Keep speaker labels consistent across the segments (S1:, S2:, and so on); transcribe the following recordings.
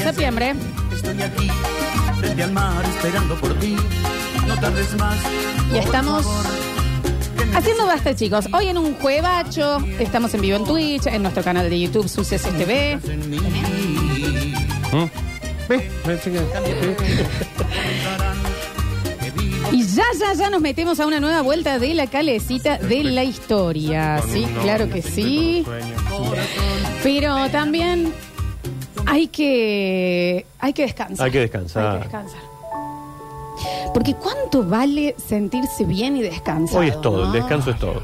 S1: septiembre.
S2: Estoy aquí, frente al mar, esperando por ti. No tardes más.
S1: Y estamos haciendo basta, chicos. Hoy en un juevacho. Estamos en vivo en Twitch, en nuestro canal de YouTube Sucesos TV.
S3: ¿Mm? ¿Ves? ¿Ves, chica? ¿Ves?
S1: Y ya, ya, ya nos metemos a una nueva vuelta de la calecita de la historia.
S3: Con
S1: Sí,
S3: un
S1: claro
S3: nombre,
S1: que
S3: chica,
S1: sí.
S3: con un sueño.
S1: Pero también hay que, hay que descansar.
S3: Hay que descansar.
S1: Hay que descansar. Porque cuánto vale sentirse bien y descansar.
S3: Hoy es todo, el descanso es todo.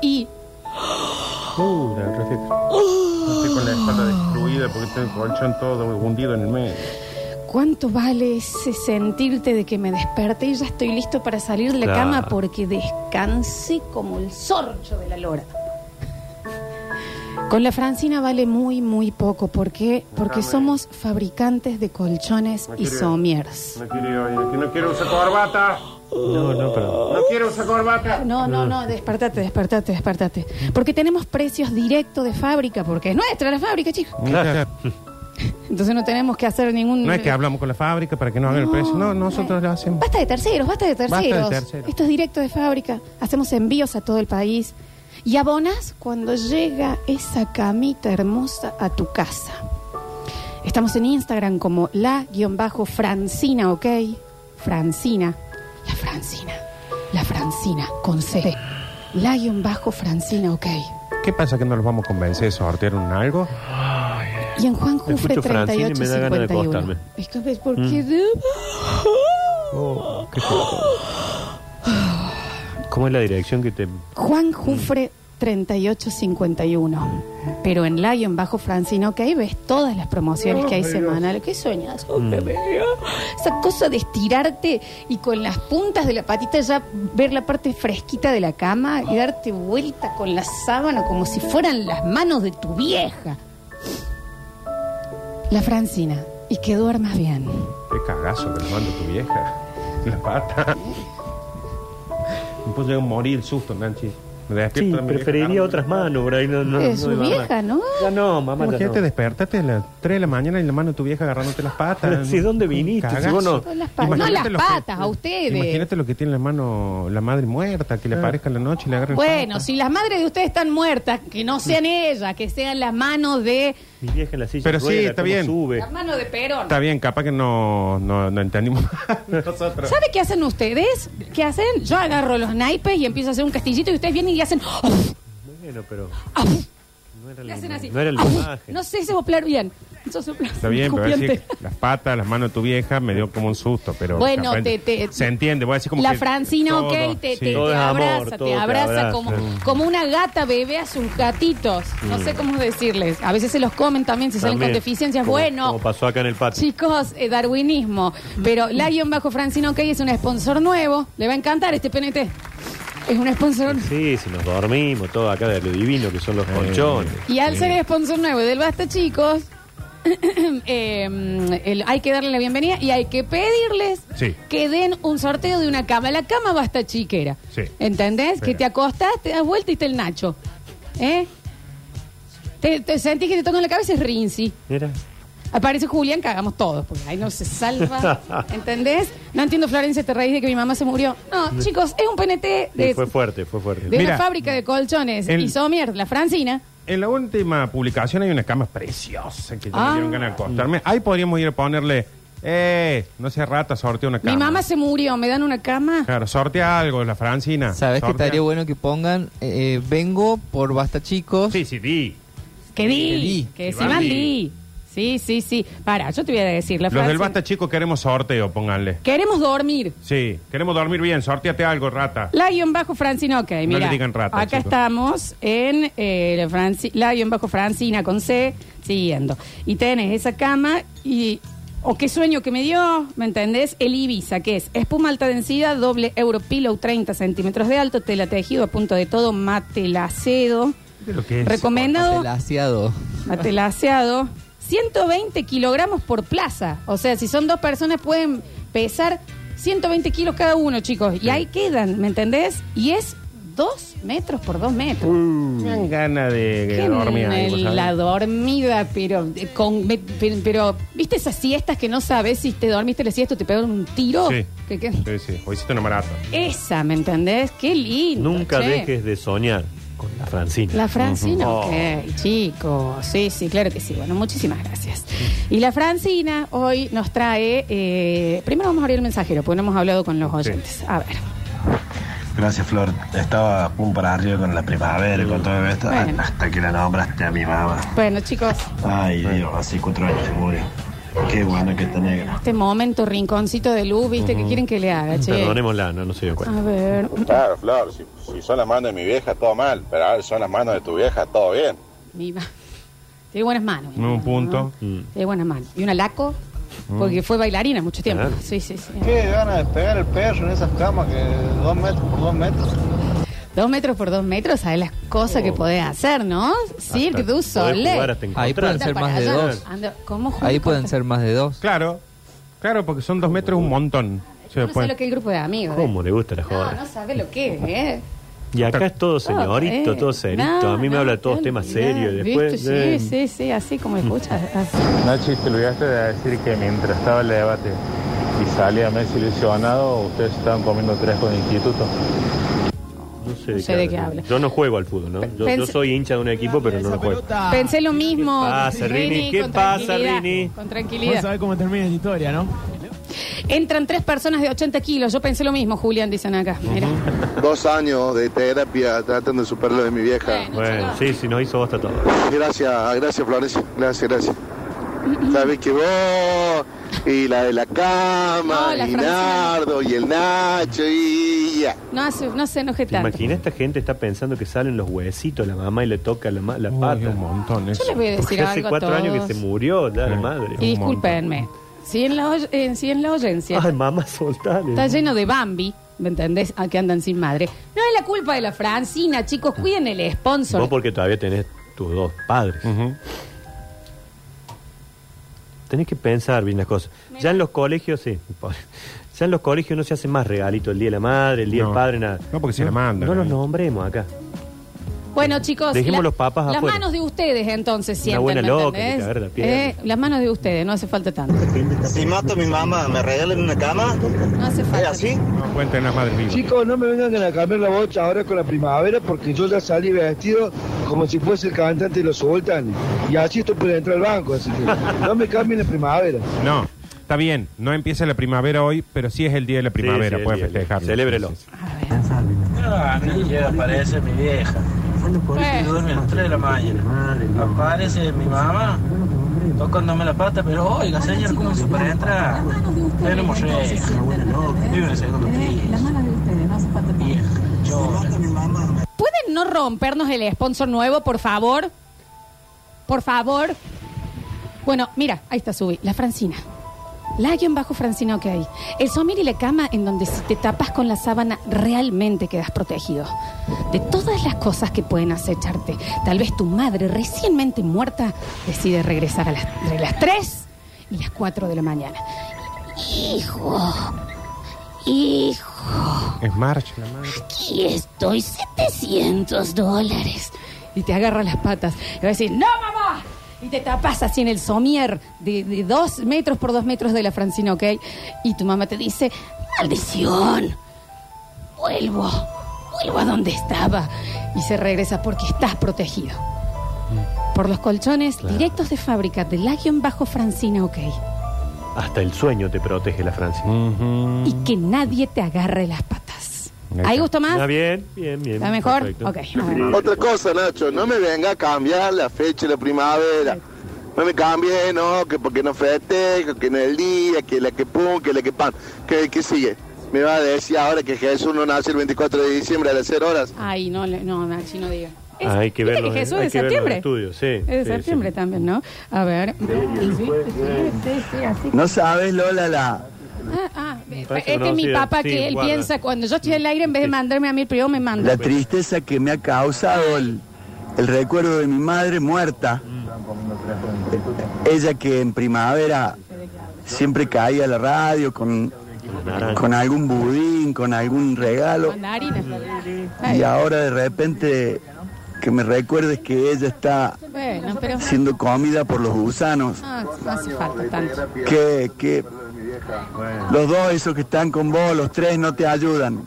S1: Y
S3: Uh, la receta.
S4: Estoy con la espalda destruida porque tengo el colchón todo hundido en el medio.
S1: cuánto vale ese sentirte de que me desperté y ya estoy listo para salir de la
S3: Claro.
S1: cama porque descansé como el sorcho de la lora. Con la Francina vale muy, muy poco. ¿Por qué? Porque
S4: Déjame.
S1: somos fabricantes de colchones
S4: No
S1: y
S4: quiero-
S1: somiers.
S4: No quiero, ir hoy, que no quiero usar corbata.
S3: No, no, perdón.
S4: No quiero usar corbata.
S1: No, no, no, despertate, despertate, despertate. Porque tenemos precios directos de fábrica, porque es nuestra la fábrica, chicos.
S3: Claro.
S1: Entonces no tenemos que hacer ningún...
S5: No es que hablamos con la fábrica para que nos hagan el precio. pues, No, nosotros lo hacemos.
S1: Basta de terceros, basta de
S5: Basta de
S1: terceros.
S5: terceros.
S1: Esto es directo de fábrica. Hacemos envíos a todo el país. Y abonas cuando llega esa camita hermosa a tu casa. Estamos en Instagram como la-francina, ¿ok? Francina. La Francina. La Francina, con C. La-francina, ¿ok?
S5: ¿Qué pasa que no los vamos a convencer de sortear un algo?
S1: Y en Juan Jufre
S3: Escucho Francina y me da ganas de
S1: 3851.
S3: acostarme. Mm.
S1: Es que ves por qué...
S3: Oh, qué susto. ¿Cómo es la dirección que te.?
S1: Juan Jufre 3851. Pero en Lion Bajo Francino, que ahí ves todas las promociones que hay semanales. ¿Qué sueñas? Oh, qué bello. Esa cosa de estirarte y con las puntas de la patita ya ver la parte fresquita de la cama y darte vuelta con la sábana como si fueran las manos de tu vieja. La Francina. Y que duermas bien.
S5: Qué cagazo que nos manda tu vieja. La pata. Me puedo llegar a morir el susto, Nanchi. Me despierto
S3: Sí,
S5: de mi vieja,
S3: preferiría
S5: caramba.
S3: otras manos, por ahí no, no,
S1: es
S3: no
S1: su
S3: hay más.
S1: vieja, ¿no?
S3: Ya no, mamá, ya
S5: Imagínate,
S3: no.
S5: despertate a las 3 de la mañana y la mano de tu vieja agarrándote las patas.
S3: Sí, ¿dónde
S5: Un
S3: viniste? Si
S5: cagazo.
S3: vos no-
S1: Con las patas. No,
S5: Imagínate
S1: las
S5: lo que-
S1: patas, a ustedes.
S5: Imagínate lo que tiene la mano la madre muerta, que le aparezca en la noche y le agarren
S1: Bueno, si las madres de ustedes están muertas, que no sean
S5: Mm.
S1: ellas, que sean las manos de.
S3: Mi vieja en la silla.
S5: Pero
S3: de
S5: sí,
S3: ruedas,
S5: está
S3: cómo
S5: bien.
S3: Sube.
S1: Las manos de Perón.
S5: Está bien, capaz que no, no, no entendimos nosotros.
S1: ¿Sabe qué hacen ustedes? ¿Qué hacen? Yo agarro los naipes y empiezo a hacer un castillito y ustedes vienen y hacen.
S3: Bueno, pero. No era
S1: Le
S3: la,
S1: hacen así.
S3: no era la imagen.
S1: No sé si soplar bien. Yo soplo
S5: Está bien, pero
S1: copiante.
S5: decir las patas, las manos de tu vieja me dio como un susto, pero
S1: Bueno,
S5: capaz-
S1: te- te-
S5: se entiende, voy a decir como
S1: La
S5: que
S1: Francina,
S5: todo,
S1: ok, te,
S5: sí.
S1: te-
S3: Todo
S1: te
S3: es amor,
S1: abraza,
S3: todo
S1: te
S3: te
S1: abraza,
S3: abraza.
S1: Como, como una gata bebé a sus gatitos. No sé cómo decirles. A veces se los comen también, si salen con
S3: También,
S1: deficiencias.
S3: como-
S1: Bueno,
S3: Como pasó acá en el patio.
S1: Chicos, eh, darwinismo. Pero Lion bajo Francino OK es un sponsor nuevo. Le va a encantar este PNT. Es un sponsor.
S3: Sí, si nos dormimos, todo acá de lo divino que son los colchones.
S1: Y al ser sponsor nuevo del Basta, chicos, eh, el- hay que darle la bienvenida y hay que pedirles
S5: Sí.
S1: que den un sorteo de una cama. La cama basta chiquera.
S5: Sí.
S1: ¿Entendés? Que
S5: Espera.
S1: te acostás, te das vuelta y está el Nacho. ¿Eh? Te, te sentís que te tocan la cabeza es Rinzi.
S3: Mira.
S1: Aparece Julián, cagamos todos, porque ahí no se salva. ¿Entendés? No entiendo, Florencia, te reís de que mi mamá se murió. No, chicos, es un PNT
S3: Sí,
S1: de,
S3: fue fuerte, fue fuerte.
S1: de una
S5: Mira,
S1: fábrica de colchones.
S5: el-
S1: Y Somier, la Francina.
S5: En la última publicación hay una cama preciosa que ya
S1: Ah.
S5: me dieron ganas de acostarme. Ahí podríamos ir a ponerle, eh, no sea rata, sortea una cama. Ah.
S1: Mi mamá se murió, me dan una cama.
S5: Claro, sortea algo, la Francina.
S6: Sabes que
S5: Sortea-
S6: estaría bueno que pongan eh, Vengo por Basta Chicos.
S5: Sí, sí, di.
S1: Que
S6: Que
S1: di,
S6: di,
S1: que
S5: que
S1: se van
S5: van
S1: di. Sí, sí, sí. Para, yo te voy a decir, la
S5: Los del
S1: Francina.
S5: Basta Chico queremos sorteo, pónganle.
S1: Queremos dormir.
S5: Sí, queremos dormir bien, sorteate algo, rata.
S1: Lion bajo Francina, ok, mira.
S5: le digan rata,
S1: acá
S5: chicos.
S1: estamos en eh, la Franci- Lion bajo Francina con C, siguiendo. Y tenés esa cama y. O qué sueño que me dio, ¿me entendés? El Ibiza, que es espuma alta densidad, doble euro pillow, 30 centímetros de alto, tela tejido, a punto de todo, matelacedo. Recomendado.
S6: Delaciado.
S1: Matelaseado. 120 kilogramos por plaza. O sea, si son dos personas pueden pesar 120 kilos cada uno, chicos. Y ahí quedan, ¿me entendés? Y es dos metros por dos metros.
S5: Me dan ganas de, de
S1: Que
S5: dormir
S1: en
S5: algo,
S1: el-
S5: ¿sabes?
S1: la dormida, pero, eh, con, me- pero, pero, ¿viste esas siestas que no sabes si te dormiste la siesta o te pegaron un tiro?
S5: Sí.
S1: Que- que-
S5: Sí, sí. O hiciste una maratón.
S1: Esa, ¿me entendés? Qué lindo.
S3: Nunca
S1: che.
S3: dejes de soñar con la Francina.
S1: La Francina,
S3: Ujú. Oh,
S1: ok, chicos. Sí, sí, claro que sí. Bueno, muchísimas gracias. Y la Francina hoy nos trae. eh, primero vamos a abrir el mensajero, porque no hemos hablado con los oyentes. A ver.
S7: Gracias, Flor. Estaba un para arriba con la primavera y con todo esto.
S1: Bueno.
S7: Hasta que la nombraste a mi mamá.
S1: Bueno, chicos,
S7: Ay, Dios, hace cuatro años que murió. Qué bueno que está negra.
S1: este momento, rinconcito de luz, ¿viste? ¿Qué quieren que le haga, che?
S3: Perdonémosla, no, no se dio cuenta.
S1: A ver.
S8: Claro, Flor, si, si son las manos de mi vieja, todo mal, pero a ver, son las manos de tu vieja, todo bien.
S1: Viva. Tiene buenas manos.
S5: Un punto.
S1: ¿no? Tiene buenas manos. Y una laco, porque fue bailarina mucho tiempo.
S3: Mm. Claro.
S1: Sí, sí, sí.
S9: Qué ganas de pegar el perro en esas camas que dos metros por dos metros.
S1: Dos metros por dos metros, ¿sabes las cosas que podés hacer, no? Cirque
S3: Oh. Hasta
S1: du
S3: podés
S1: Soleil.
S3: jugar hasta
S1: Ahí
S3: encontrar.
S6: Ahí pueden ser más de dos.
S1: ¿Cómo juntan?
S6: Ahí pueden ser más de dos.
S5: Claro, claro, porque son dos metros un montón. Se
S1: No sé
S5: pueden-
S1: lo que es el grupo de amigos.
S3: ¿Cómo le gusta la
S1: eh. No, no
S3: joda?
S1: sabe lo que es, ¿eh?
S3: Y acá es todo señorito,
S1: eh,
S3: todo serito.
S1: no,
S3: a mí me
S1: no,
S3: habla de todos
S1: no,
S3: temas
S1: no,
S3: serios. y Después,
S1: ¿viste?
S3: eh,
S1: Sí, sí, sí, así como escuchas. así.
S10: Nachi, te olvidaste de decir que mientras estaba el debate y salía Messi ilusionado, ustedes estaban comiendo tres con el instituto.
S3: no sé,
S1: No
S3: de,
S1: sé
S3: qué
S1: de qué
S3: habla.
S1: habla.
S3: Yo no juego al fútbol, ¿no? Yo, yo
S1: Pensé-
S3: soy hincha de un equipo, pero no lo juego.
S10: Ah.
S1: Pensé lo mismo.
S3: ¿Qué pasa, Rini? Ah, ¿Qué
S1: con
S3: pasa,
S1: tranquilidad,
S3: Rini?
S1: Con tranquilidad.
S10: cómo termina la historia, ¿no?
S1: Entran tres personas de 80 kilos. Yo pensé lo mismo, Julián, dicen acá. Mira.
S8: Dos años de terapia tratando de superar lo de mi vieja.
S1: Bueno,
S3: Bueno,
S1: chicos.
S3: sí, sí, nos hizo bosta todo.
S8: Gracias, gracias, Florencia. Gracias, gracias. Sabes que vos, y la de la cama,
S1: No, la
S8: y
S1: Francina.
S8: Nardo, y el Nacho, y ya.
S1: No, hace- no se enoje
S3: ¿Te
S1: tanto.
S3: imaginas esta gente está pensando que salen los huesitos la mamá y le toca la, ma- la
S5: Uy,
S3: pata?
S5: un montón
S1: Yo
S5: eso.
S1: les voy a decir
S3: Porque hace
S1: algo a
S3: cuatro años que
S1: todos.
S3: se murió, la
S5: Sí.
S3: madre.
S1: Y discúlpenme. Si en la, oy- eh, si en la oyencia
S3: Ay, mamá, soltale.
S1: está lleno de Bambi, ¿me entendés? A que andan sin madre. No es la culpa de la Francina, chicos. Cuiden el
S3: Vos
S1: sponsor.
S3: porque todavía tenés tus dos padres.
S5: Ujú.
S3: Tenés que pensar bien las cosas. Ya en los colegios, sí. pobre. Ya en los colegios no se hace más regalito el Día de la Madre, el Día
S5: No.
S3: del Padre, nada.
S5: No, porque se la mandan,
S3: No los
S5: ahí.
S3: nombremos acá.
S1: Bueno, chicos.
S3: Dejemos los papas
S1: Las
S3: afuera.
S1: manos de ustedes, entonces,
S3: Una
S1: sienten,
S3: buena
S1: ¿me
S3: loca que te
S1: entendés?
S3: agarre la pierna.
S1: Eh, las manos de ustedes, no hace falta tanto.
S9: Si mato a mi mamá, ¿me regalan una cama?
S1: No hace falta.
S5: No pueden tener las madres vivas.
S9: Chicos, no me vengan a cambiar la bocha ahora con la primavera porque yo ya salí vestido como si fuese el cantante de los subalternos. Y así estoy por entrar al banco, así que no me cambien la primavera.
S5: No, está bien, no empieza la primavera hoy, pero sí es el día de la primavera,
S3: sí, el
S5: puedes
S3: día, el día.
S5: festejarlo.
S3: Celébrelo.
S5: Sí, sí, sí.
S1: A ver.
S9: Ah, Aparece mi vieja.
S1: Bueno,
S9: a las 3 de la mañana. Aparece mi mamá tocándome la pata, pero oiga, señor, ¿cómo se para
S1: Ah.
S9: entrar? Tenemos rey. Vive en el segundo Vieja,
S1: ¿Pueden no rompernos el sponsor nuevo, por favor? Por favor. Bueno, mira, ahí está, subí. La Francina. La guión bajo Francina, ok. El somir y la cama en donde si te tapas con la sábana realmente quedas protegido. De todas las cosas que pueden acecharte, tal vez tu madre recientemente muerta decide regresar a las, entre las 3 y las 4 de la mañana. Hijo, hijo.
S5: Es marcha la madre.
S1: Aquí estoy, 700 dólares. Y te agarra las patas. Y va a decir, ¡No, mamá! Y te tapas así en el somier de, de dos metros por dos metros de la Francina, ¿ok? Y tu mamá te dice, ¡Maldición! Vuelvo, vuelvo a donde estaba. Y se regresa porque estás protegido. Por los colchones directos de fábrica de Lagion Bajo Francina, ¿ok?
S3: Hasta el sueño te protege la Francia.
S5: Ujú.
S1: Y que nadie te agarre las patas.
S5: Mm. Ahí está.
S1: ¿Ahí gustó más?
S3: ¿Está Ah, bien? Bien, bien.
S1: ¿Está mejor?
S3: Perfecto.
S1: Ok. a ver.
S8: Otra cosa, Nacho, no me venga a cambiar la fecha de la primavera. No me cambie, no, que porque no festejo, que no es el día, que la que pum, que la que pan. ¿Qué, qué sigue? Me va a decir ahora que Jesús no nace el 24 de diciembre a las 0 horas.
S1: Ay, no, le- no, Nachi, no diga. Es-
S3: Ah, hay que
S1: ¿viste
S3: verlo.
S1: que Jesús
S3: hay
S1: es
S3: que ver los
S1: septiembre.
S3: estudios, sí.
S1: Es de
S3: sí,
S1: septiembre
S3: sí.
S1: también, ¿no? A ver.
S9: No sabes, Lola, la,
S1: Ah, ah, eh, este
S3: Parece
S1: es mi
S3: conocido.
S1: papá
S3: Sí,
S1: que él
S3: guarda.
S1: piensa cuando yo estoy al aire, en vez de mandarme a mí primero, me manda.
S9: la tristeza que me ha causado el, el recuerdo de mi madre muerta. Ella que en primavera siempre caía a la radio con
S3: las naranjas.
S11: con algún budín, con algún regalo.
S1: Mandarina.
S11: Y ahora de repente que me recuerdes que ella está
S1: Bueno, pero.
S11: siendo comida por los gusanos.
S1: Ah, no hace falta tanto.
S11: Que, que los dos esos que están con vos, los tres no te ayudan.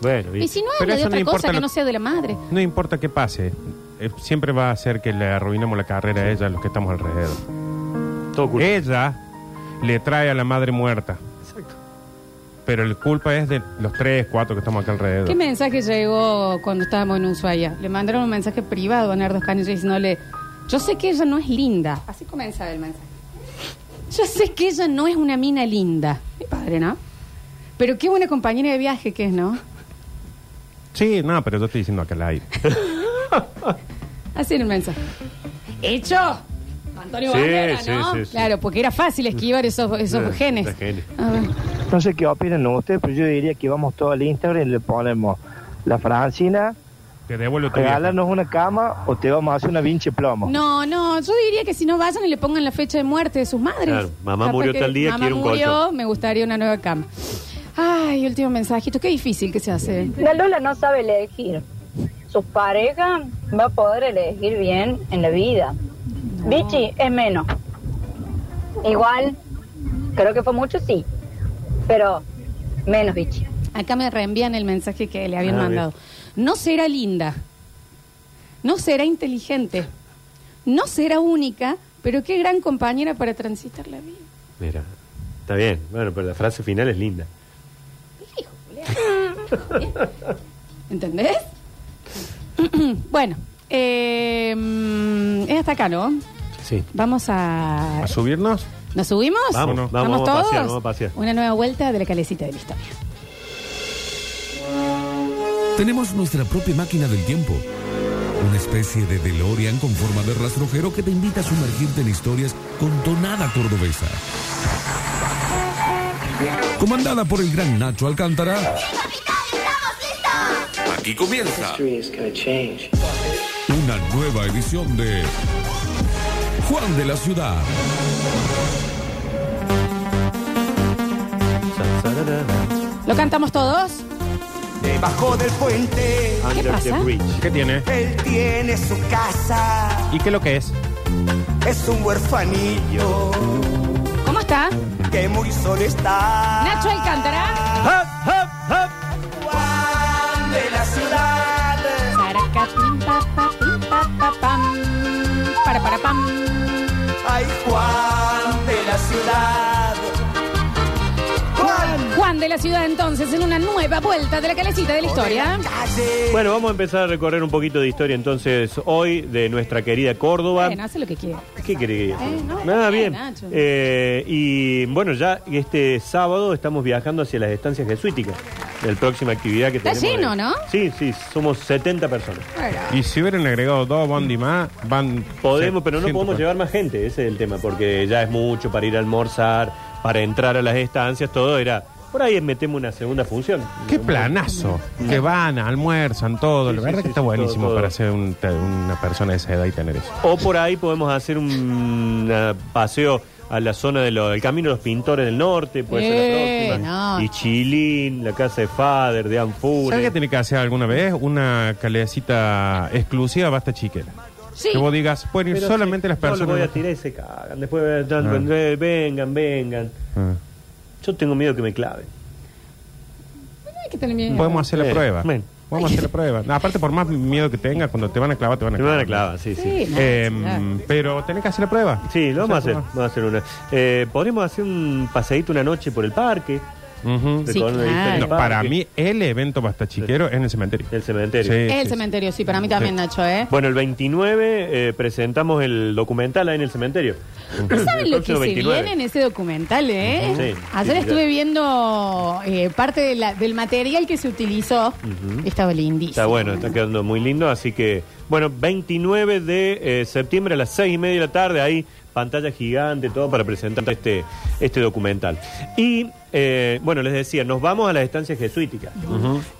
S5: Bueno,
S1: Y si no habla de otra cosa que no sea de la madre.
S5: No importa qué pase, eh, siempre va a ser que le arruinemos la carrera a ella, los que estamos alrededor. Ella le trae a la madre muerta. Pero la culpa es de los tres, cuatro que estamos acá alrededor.
S1: ¿Qué mensaje llegó cuando estábamos en Ushuaia? Le mandaron un mensaje privado a Nardo Canilla diciéndole, yo sé que ella no es linda. Así comenzaba el mensaje. Yo sé que ella no es una mina linda. Mi padre, ¿no? Pero qué buena compañera de viaje que es, ¿no?
S5: Sí, no, pero yo estoy diciendo acá al aire.
S1: Así era el mensaje. ¡Hecho! Antonio
S5: Sí,
S1: Bandera,
S5: sí,
S1: ¿no?
S5: sí, sí.
S1: Claro, porque era fácil esquivar esos,
S12: Sí,
S1: esos genes.
S12: los genes.
S1: A ver.
S12: No sé qué opinan ustedes, pero yo diría que vamos todo al Instagram y le ponemos la Francina,
S5: Te devuelvo tu vieja.
S12: regalarnos una cama o te vamos a hacer una vinche plomo.
S1: No, no, yo diría que si no vayan y le pongan la fecha de muerte de sus madres.
S12: Claro, mamá murió
S1: que
S12: tal día,
S1: mamá
S12: quiero un
S1: murió,
S12: colchón.
S1: me gustaría una nueva cama. Ay, último mensajito, qué difícil que se hace.
S13: La Lola no sabe elegir. Sus parejas va a poder elegir bien en la vida. Vichy es menos. Igual, creo que fue mucho, sí. Pero menos Vichy.
S1: Acá me reenvían el mensaje que le habían
S13: Ah, bien.
S1: mandado. No será linda, no será inteligente, no será única, pero qué gran compañera para transitar la vida.
S3: Mira, está bien. Bueno, pero la frase final es linda.
S1: ¿Entendés? bueno, eh, mm, es hasta acá, ¿no?
S5: Sí.
S1: Vamos a...
S5: ¿A subirnos?
S1: ¿Nos subimos?
S5: Vámonos. Vamos,
S1: ¿Estamos
S5: vamos a
S1: todos?
S5: pasear, vamos a pasear.
S1: Una nueva vuelta de la calecita de la historia.
S14: Tenemos nuestra propia máquina del tiempo. Una especie de DeLorean con forma de rastrojero que te invita a sumergirte en historias con tonada cordobesa. Comandada por el gran Nacho Alcántara,
S15: Aquí comienza.
S14: una nueva edición de Juan de la Ciudad.
S1: ¿Lo cantamos todos?
S16: Debajo del puente.
S5: Under the bridge. ¿Qué tiene?
S16: Él tiene su casa.
S5: ¿Y qué es lo que es?
S16: Es un huerfanillo.
S1: ¿Cómo está?
S16: Que muy solo está.
S1: Nacho Alcántara.
S16: Juan de la ciudad.
S1: Saracapim, pa, pa, pim, pa, pa, pam. Para, para, pam.
S16: Ay, Juan de la ciudad.
S1: Juan. Juan de la ciudad entonces en una nueva vuelta de la calecita de la historia.
S3: Bueno, vamos a empezar a recorrer un poquito de historia entonces hoy de nuestra querida Córdoba.
S1: Bueno, hace lo que quiera.
S3: ¿Qué querés?
S1: Eh, no,
S3: Nada,
S1: bien,
S3: bien.
S1: Nacho.
S3: Eh, y bueno, ya este sábado estamos viajando hacia las estancias jesuíticas. La próxima actividad que
S1: Está
S3: tenemos.
S1: lleno, ¿no?
S3: Sí, sí, somos 70 personas.
S5: Y si hubieran agregado dos bondi más, van.
S3: Podemos,
S5: se-
S3: pero no podemos
S5: 140.
S3: llevar más gente, ese es el tema, porque ya es mucho para ir a almorzar, para entrar a las estancias, todo era. Por ahí metemos una segunda función.
S5: Qué planazo. Que van, almuerzan, todo. La
S3: sí,
S5: verdad
S3: sí,
S5: que está
S3: sí,
S5: buenísimo
S3: todo, todo.
S5: para ser un- te- una persona de esa edad y tener eso.
S3: O por ahí podemos hacer un uh, paseo a la zona de lo- del Camino de los Pintores del Norte, puede
S1: Eh,
S3: ser la próxima.
S1: no.
S3: Y Chilín, la casa de Fader, de
S5: ¿Sabes qué
S3: Anfure.
S5: tiene que hacer alguna vez? Una calecita exclusiva basta chiquera.
S1: Sí.
S5: Que vos digas, pueden ir
S3: Pero
S5: solamente
S3: sí,
S5: las personas.
S3: No, lo voy a tirar y se cagan. Después ya,
S5: Ah.
S3: eh, vengan, vengan. Yo tengo miedo que me claven.
S1: Hay que tener miedo.
S5: Podemos hacer la
S3: Eh,
S5: prueba.
S3: ven.
S5: Vamos a hacer la prueba. No, Aparte, por más miedo que tengas, cuando te van a clavar, te van a clavar.
S3: van a clavar, sí, sí. Sí,
S5: Eh,
S3: no, claro.
S5: pero tenés que hacer la prueba.
S3: Sí, lo vamos a
S5: O sea,
S3: hacer.
S5: ¿cómo?
S3: Vamos a hacer una. Eh, Podríamos hacer un paseíto una noche por el parque. Recorrer diferentes
S5: No, para
S3: parques.
S5: mí, el evento basta chiquero es en el cementerio.
S3: El cementerio.
S1: Es el cementerio, sí, para mí también,
S3: Sí.
S1: Nacho, ¿eh?
S3: Bueno, el 29 eh, presentamos el documental ahí en el cementerio.
S1: ¿No saben
S3: El
S1: lo que
S3: próximo
S1: se
S3: 29.
S1: viene en ese documental, eh?
S3: Ujú. Sí,
S1: Ayer
S3: sí,
S1: estuve
S3: sí.
S1: viendo eh, parte de la- del material que se utilizó.
S3: Ujú.
S1: Estaba lindísimo.
S3: Está bueno, está quedando muy lindo, así que, bueno, 29 de eh, septiembre a las 6 y media de la tarde, ahí pantalla gigante, todo para presentar este, este documental. Y, eh, bueno, les decía, nos vamos a las estancias jesuíticas.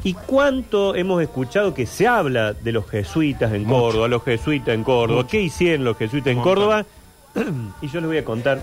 S3: ¿Y cuánto hemos escuchado que se habla de los jesuitas en Córdoba, los jesuitas en Córdoba, qué hicieron los jesuitas en Córdoba? y yo les voy a contar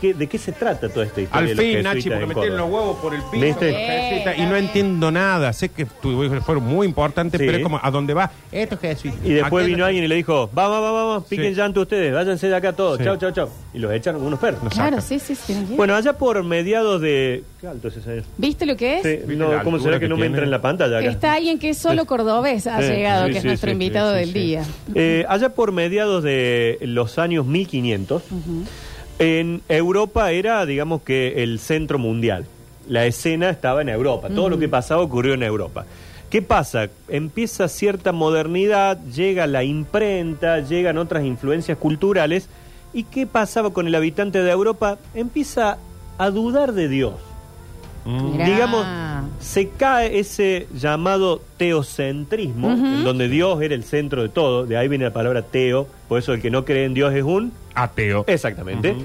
S3: qué, de qué se trata toda esta historia.
S5: Al
S3: de los
S5: fin,
S3: jesuitas
S5: Nachi, porque
S3: en
S5: me
S3: Córdoba?
S5: tienen los huevos por el piso.
S3: ¿Viste?
S5: con los jesuitas, y no entiendo nada. Sé que tu- fueron muy importantes,
S3: Sí.
S5: pero es como a dónde va. Esto es jesuita.
S3: Y después
S5: Aquello-
S3: vino alguien y le dijo, vamos, vamos, vamos, piquen
S5: Sí.
S3: llanto ustedes, váyanse de acá todos,
S5: Sí.
S3: chao, chao, chao. Y los echaron con unos perros.
S1: Claro, sí, sí, sí. no quiero.
S3: Bueno, allá por mediados de... ¿Qué alto es ese señor?
S1: ¿Viste lo que es?
S3: Sí, no,
S5: la
S3: ¿Cómo será
S5: altura
S3: que,
S5: que
S3: no me
S5: tiene?
S3: entra en la pantalla acá?
S1: Está alguien que es solo cordobés ha
S3: Sí,
S1: llegado,
S3: sí,
S1: que es
S3: sí,
S1: nuestro
S3: sí,
S1: invitado
S3: sí,
S1: del
S3: sí.
S1: día.
S3: Eh, allá por mediados de los años 1500, en Europa era, digamos que, el centro mundial. La escena estaba en Europa. Todo lo que pasaba ocurrió en Europa. ¿Qué pasa? Empieza cierta modernidad, llega la imprenta, llegan otras influencias culturales. ¿Y qué pasaba con el habitante de Europa? Empieza a dudar de Dios.
S1: Mirá.
S3: Mm. Digamos, se cae ese llamado teocentrismo,
S1: Ujú.
S3: en donde Dios era el centro de todo, de ahí viene la palabra teo, por eso el que no cree en Dios es un
S5: ateo.
S3: Exactamente.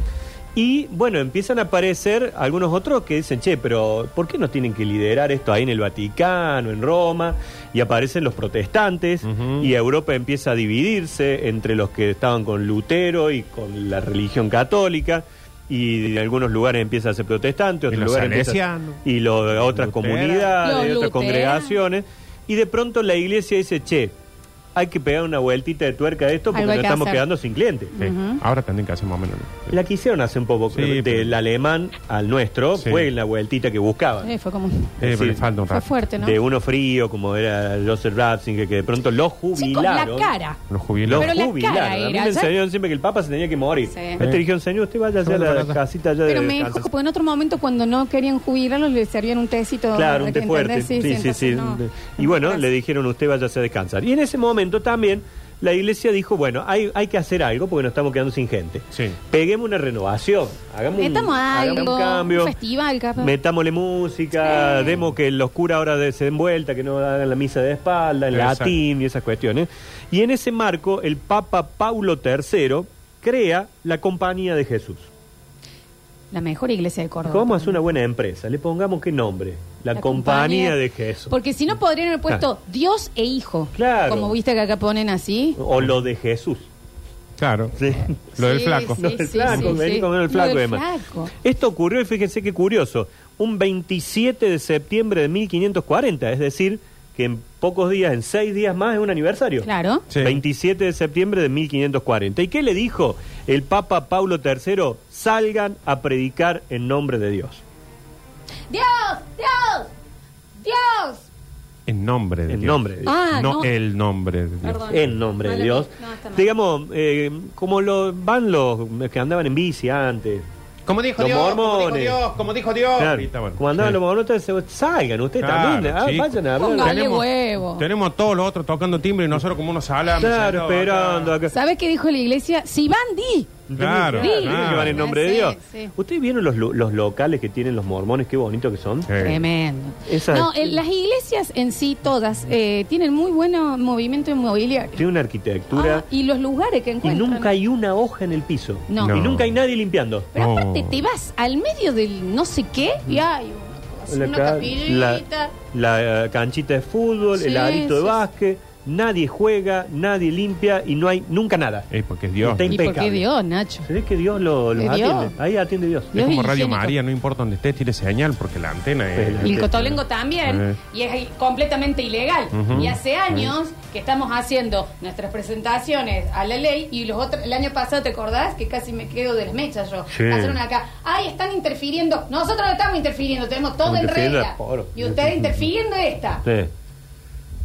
S3: Y bueno, empiezan a aparecer algunos otros que dicen, che, pero ¿por qué nos tienen que liderar esto ahí en el Vaticano, en Roma? Y aparecen los protestantes y Europa empieza a dividirse entre los que estaban con Lutero y con la religión católica. Y en algunos lugares empieza a ser protestante, otros
S5: los
S3: lugares empieza-
S5: salesianos.
S3: y lo- otras
S1: Los
S3: comunidades, otras
S1: luteranos.
S3: congregaciones. Y de pronto la iglesia dice, che, hay que pegar una vueltita de tuerca a esto porque
S1: Algo hay
S3: nos
S1: que
S3: estamos
S1: hacer.
S3: quedando sin clientes.
S5: Sí. Ahora tendrían que hacer más o menos.
S3: La que hicieron hace un poco, creo, del alemán al nuestro,
S5: Sí.
S3: fue la vueltita que buscaban.
S1: Eh, fue como.
S5: Eh,
S3: Sí.
S5: pero le falta un
S1: Fue
S5: rato.
S1: fuerte, ¿no?
S3: De uno frío, como era Joseph Ratzinger, que de pronto los
S1: Chicos, la
S3: jubilaron.
S1: cara.
S5: Los jubilados.
S3: Los
S1: Pero la
S3: jubilaron.
S1: cara
S3: A mí
S1: era,
S3: me
S1: ¿ya?
S3: enseñaron siempre que el Papa se tenía que morir.
S1: Sí.
S3: Me te dijeron, señor, usted vaya allá a
S5: Bueno,
S3: la
S5: para-
S3: casita allá
S1: Pero
S3: de
S1: me dijo
S3: descanso".
S1: que porque en otro momento cuando no querían jubilarlos le servían un tecito.
S3: Claro, un té
S1: ¿entendés?
S3: fuerte. Sí, sí, sí.
S1: entonces no.
S3: Y bueno, le dijeron, usted vaya a descansar. Y en ese momento también la iglesia dijo, bueno, hay, hay que hacer algo porque nos estamos quedando sin gente.
S5: Sí.
S3: Peguemos una renovación, hagamos, un,
S1: Metamos
S3: hagamos
S1: algo,
S3: un cambio.
S1: un festival, capaz.
S3: Metámosle música,
S1: Sí.
S3: demos que los curas ahora de- se den vuelta, que no hagan la misa de espalda, en
S5: Exacto.
S3: latín y esas cuestiones. Y en ese marco, el Papa Paulo III crea la Compañía de Jesús.
S1: La mejor iglesia de Córdoba.
S3: ¿Cómo hace una buena empresa? Le pongamos qué nombre. La,
S1: La
S3: compañía,
S1: Compañía.
S3: de Jesús.
S1: Porque si no podrían haber puesto Dios e hijo.
S3: Claro.
S1: Como viste que acá ponen así.
S3: O lo de Jesús.
S5: Claro.
S3: Sí.
S5: Lo del
S1: Sí,
S5: flaco.
S1: sí,
S3: Lo del
S1: sí,
S3: flaco,
S1: sí,
S3: vení
S1: sí.
S3: a comer el
S1: Lo
S3: flaco,
S1: del
S3: Emma.
S1: flaco.
S3: Esto ocurrió, y fíjense qué curioso, un 27 de septiembre de 1540, es decir, que en pocos días, en seis días más, es un aniversario.
S1: Claro.
S5: Sí.
S3: 27 de septiembre de 1540. ¿Y qué le dijo el Papa Pablo III? Salgan a predicar en nombre de Dios.
S1: Dios, Dios, Dios.
S5: En nombre de
S3: En
S5: Dios.
S3: nombre de Dios.
S1: Ah,
S5: no,
S1: no.
S5: el nombre de Dios.
S1: Perdón.
S3: En nombre de
S1: Mala
S3: Dios.
S1: mía. No, está mal.
S3: Digamos, eh, como lo, van los que andaban en bici antes.
S5: Como dijo
S3: Los
S5: Dios, como dijo
S3: mormones.
S5: Dios, como dijo Dios.
S3: Claro.
S5: Ahorita, bueno.
S3: Como andaban
S5: Sí.
S3: los monotes, salgan ustedes
S5: Claro,
S3: también. ah,
S5: chicos.
S3: vayan a hablar.
S1: Póngale
S5: Tenemos-
S1: huevo.
S5: Tenemos a todos los otros tocando timbre y nosotros como unos salames.
S3: Claro,
S5: sentados acá.
S3: esperando acá.
S1: ¿Sabes qué dijo la iglesia? Si van, di.
S5: Claro,
S1: Sí.
S5: claro.
S3: Que van en nombre de
S1: Sí,
S3: Dios.
S1: sí.
S3: ¿Ustedes vieron los, lo- los locales que tienen los mormones? Qué bonitos que son.
S5: Sí.
S1: Tremendo.
S3: Esa-
S1: No, eh, las iglesias en sí, todas, eh, tienen muy buen movimiento inmobiliario.
S3: Tiene una arquitectura
S1: Ah, y los lugares que
S3: y
S1: encuentran.
S3: nunca hay una hoja en el piso.
S1: No.
S3: Y nunca hay nadie limpiando.
S1: Pero
S5: No.
S1: aparte te vas al medio del no sé qué y hay una, cosa, una
S3: ca- la-
S1: capillita.
S3: la, eh, canchita de fútbol,
S1: Sí,
S3: el arito
S1: sí,
S3: de
S1: sí.
S3: básquet, nadie juega, nadie limpia y no hay nunca nada.
S5: Eh, porque es Dios.
S3: Está
S1: ¿Y por qué
S3: impecable.
S1: Dios, Nacho?
S3: Se ve que Dios lo, los
S1: ¿De Dios?
S3: atiende. Ahí atiende Dios.
S5: Es
S1: Dios
S5: como Radio
S1: higiénico.
S5: María, no importa donde estés, tiene señal porque la antena es...
S3: Pero-
S1: Y el cotolengo también,
S5: Eh.
S1: y es completamente ilegal.
S5: Ujú.
S1: Y hace años que estamos haciendo nuestras presentaciones a la ley, y los otros, el año pasado, ¿te acordás? Que casi me quedo de las mechas yo.
S3: Sí.
S1: Hacen acá, ay, están interfiriendo. Nosotros no estamos interfiriendo, tenemos todo en
S3: Interfiriendo
S1: regla.
S3: es poro.
S1: Y ustedes interfiriendo esta.
S3: Sí.